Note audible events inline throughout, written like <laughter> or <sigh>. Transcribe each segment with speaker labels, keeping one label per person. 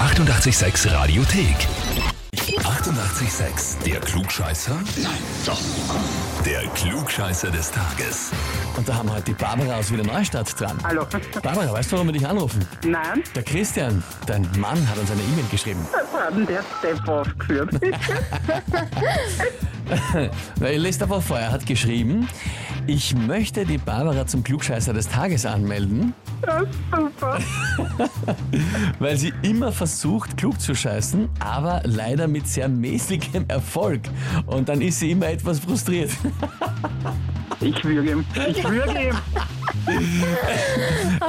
Speaker 1: 886 Radiothek. 88,6. Der Klugscheißer? Nein, doch. Der Klugscheißer des Tages.
Speaker 2: Und da haben wir heute die Barbara aus Wiener Neustadt dran.
Speaker 3: Hallo.
Speaker 2: Barbara, weißt du, warum wir dich anrufen?
Speaker 3: Nein,
Speaker 2: Der Christian, dein Mann, hat uns eine E-Mail geschrieben. <laughs>
Speaker 3: das hat denn der Step aufgeführt.
Speaker 2: Na, ihr lest aber vor, er hat geschrieben, ich möchte die Barbara zum Klugscheißer des Tages anmelden,
Speaker 3: Das ist super.
Speaker 2: <laughs> weil sie immer versucht, klug zu scheißen, aber leider mit sehr mäßigem Erfolg. Und dann ist sie immer etwas frustriert.
Speaker 3: Ich würge ihm. Ich würge ihm.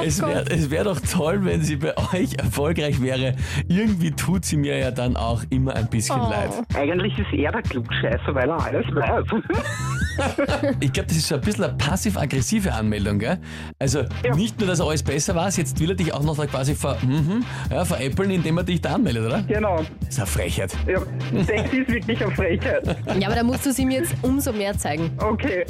Speaker 2: Es wäre wär doch toll, wenn sie bei euch erfolgreich wäre. Irgendwie tut sie mir ja dann auch immer ein bisschen leid.
Speaker 3: Eigentlich ist er der Klugscheißer, weil er alles weiß.
Speaker 2: Ich glaube, das ist so ein bisschen eine passiv-aggressive Anmeldung, gell? Also nicht nur, dass alles besser war, jetzt will er dich auch noch quasi ver, mhm, ja, veräppeln, indem er dich da anmeldet, oder?
Speaker 3: <laughs> Genau.
Speaker 2: Das ist eine Frechheit.
Speaker 3: Ja, Sex ist wirklich eine Frechheit.
Speaker 4: Ja, aber da musst du es ihm jetzt umso mehr zeigen.
Speaker 3: Okay.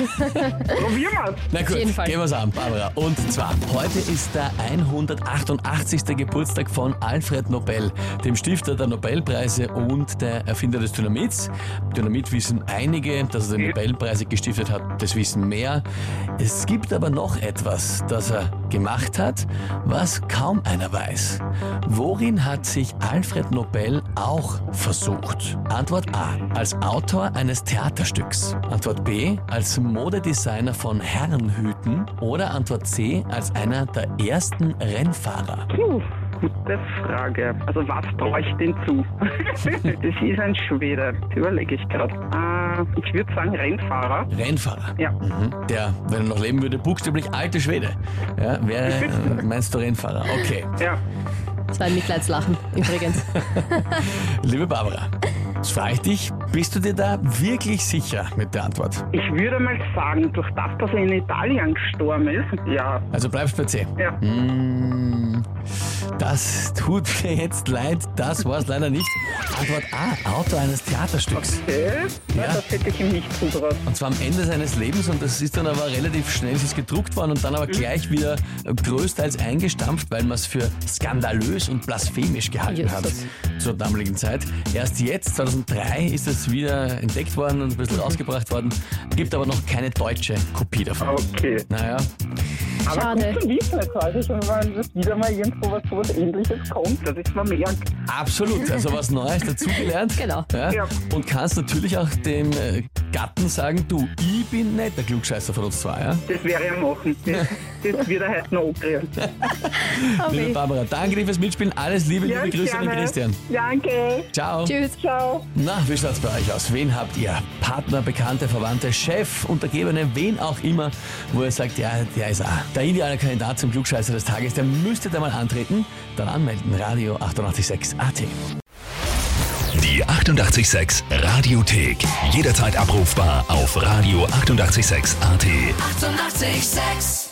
Speaker 3: Probieren wir's.
Speaker 2: Na gut,
Speaker 4: jeden Fall.
Speaker 2: gehen wir's an, Barbara. Und zwar, heute ist der 188. Geburtstag von Alfred Nobel, dem Stifter der Nobelpreise und der Erfinder des Dynamits. Dynamit wissen einige, dass er den Nobelpreise gestiftet hat, das wissen mehr. Es gibt aber noch etwas, das er gemacht hat, was kaum einer weiß. Worin hat sich Alfred Nobel auch versucht? Antwort A. Als Autor eines Theaterstücks. Antwort B. Als Modedesigner von Herrenhüten. Oder Antwort C. Als einer der ersten Rennfahrer.
Speaker 3: Puh, gute Frage. Also was bräuchte ihn <laughs> zu? das ist ein Schwede. Das Überlege ich gerade. Äh, ich würde sagen Rennfahrer.
Speaker 2: Rennfahrer.
Speaker 3: Ja.
Speaker 2: Mhm. Der, wenn er noch leben würde, buchstäblich alte Schwede. Ja, wäre, äh, meinst du Rennfahrer? Okay.
Speaker 3: Ja.
Speaker 4: Das war ein Mitleidslachen übrigens.
Speaker 2: Liebe Barbara, jetzt frage ich dich, bist du dir da wirklich sicher mit der Antwort?
Speaker 3: Ich würde mal sagen, durch das, dass er in Italien gestorben ist, ja,
Speaker 2: Also bleibst bei C.
Speaker 3: ja.
Speaker 2: Mm, Das tut mir jetzt leid, das war es leider nicht. Antwort A, Autor eines Theaterstücks.
Speaker 3: Okay. Na,
Speaker 2: Ja.
Speaker 3: Das hätte ich ihm nicht zutraut.
Speaker 2: Und zwar am Ende seines Lebens und das ist dann aber relativ schnell, es ist gedruckt worden und dann aber gleich wieder größtenteils eingestampft, weil man es für skandalös und blasphemisch gehalten
Speaker 4: Jesus.
Speaker 2: hat zur damaligen Zeit. Erst jetzt, 2003, ist es wieder entdeckt worden und ein bisschen rausgebracht worden. Gibt aber noch keine deutsche Kopie davon.
Speaker 3: Okay.
Speaker 2: Naja,
Speaker 4: Schade.
Speaker 3: Gut zu wissen, jetzt weiß ich schon, wenn es wieder mal irgendwo was, sowas ähnliches kommt, dass ich es mal merke.
Speaker 2: Absolut, also was Neues dazugelernt.
Speaker 4: Genau.
Speaker 2: Ja?
Speaker 3: Ja.
Speaker 2: Und kannst natürlich auch dem äh, Gatten sagen, du, ich bin nicht der Klugscheißer von uns zwei. Ja?
Speaker 3: Das wäre ja machen. <laughs> Das, das wird er heute noch angreifen.
Speaker 2: Liebe Barbara, danke dir fürs Mitspielen. Alles Liebe,
Speaker 3: Ja,
Speaker 2: liebe Grüße an den
Speaker 3: gerne.
Speaker 2: Christian.
Speaker 3: Danke.
Speaker 2: Ciao.
Speaker 4: Tschüss.
Speaker 3: Ciao.
Speaker 2: Na, wie schaut's bei euch aus? Wen habt ihr? Partner, Bekannte, Verwandte, Chef, Untergebene, wen auch immer, wo ihr sagt, ja, der ist ah, der ideale Kandidat zum Klugscheißer des Tages, der müsste da mal antreten. Dann anmelden, Radio 886 AT.
Speaker 1: Die 88,6 Radiothek. Jederzeit abrufbar auf radio886.at. 88,6.
Speaker 5: Eighty-eight, sex.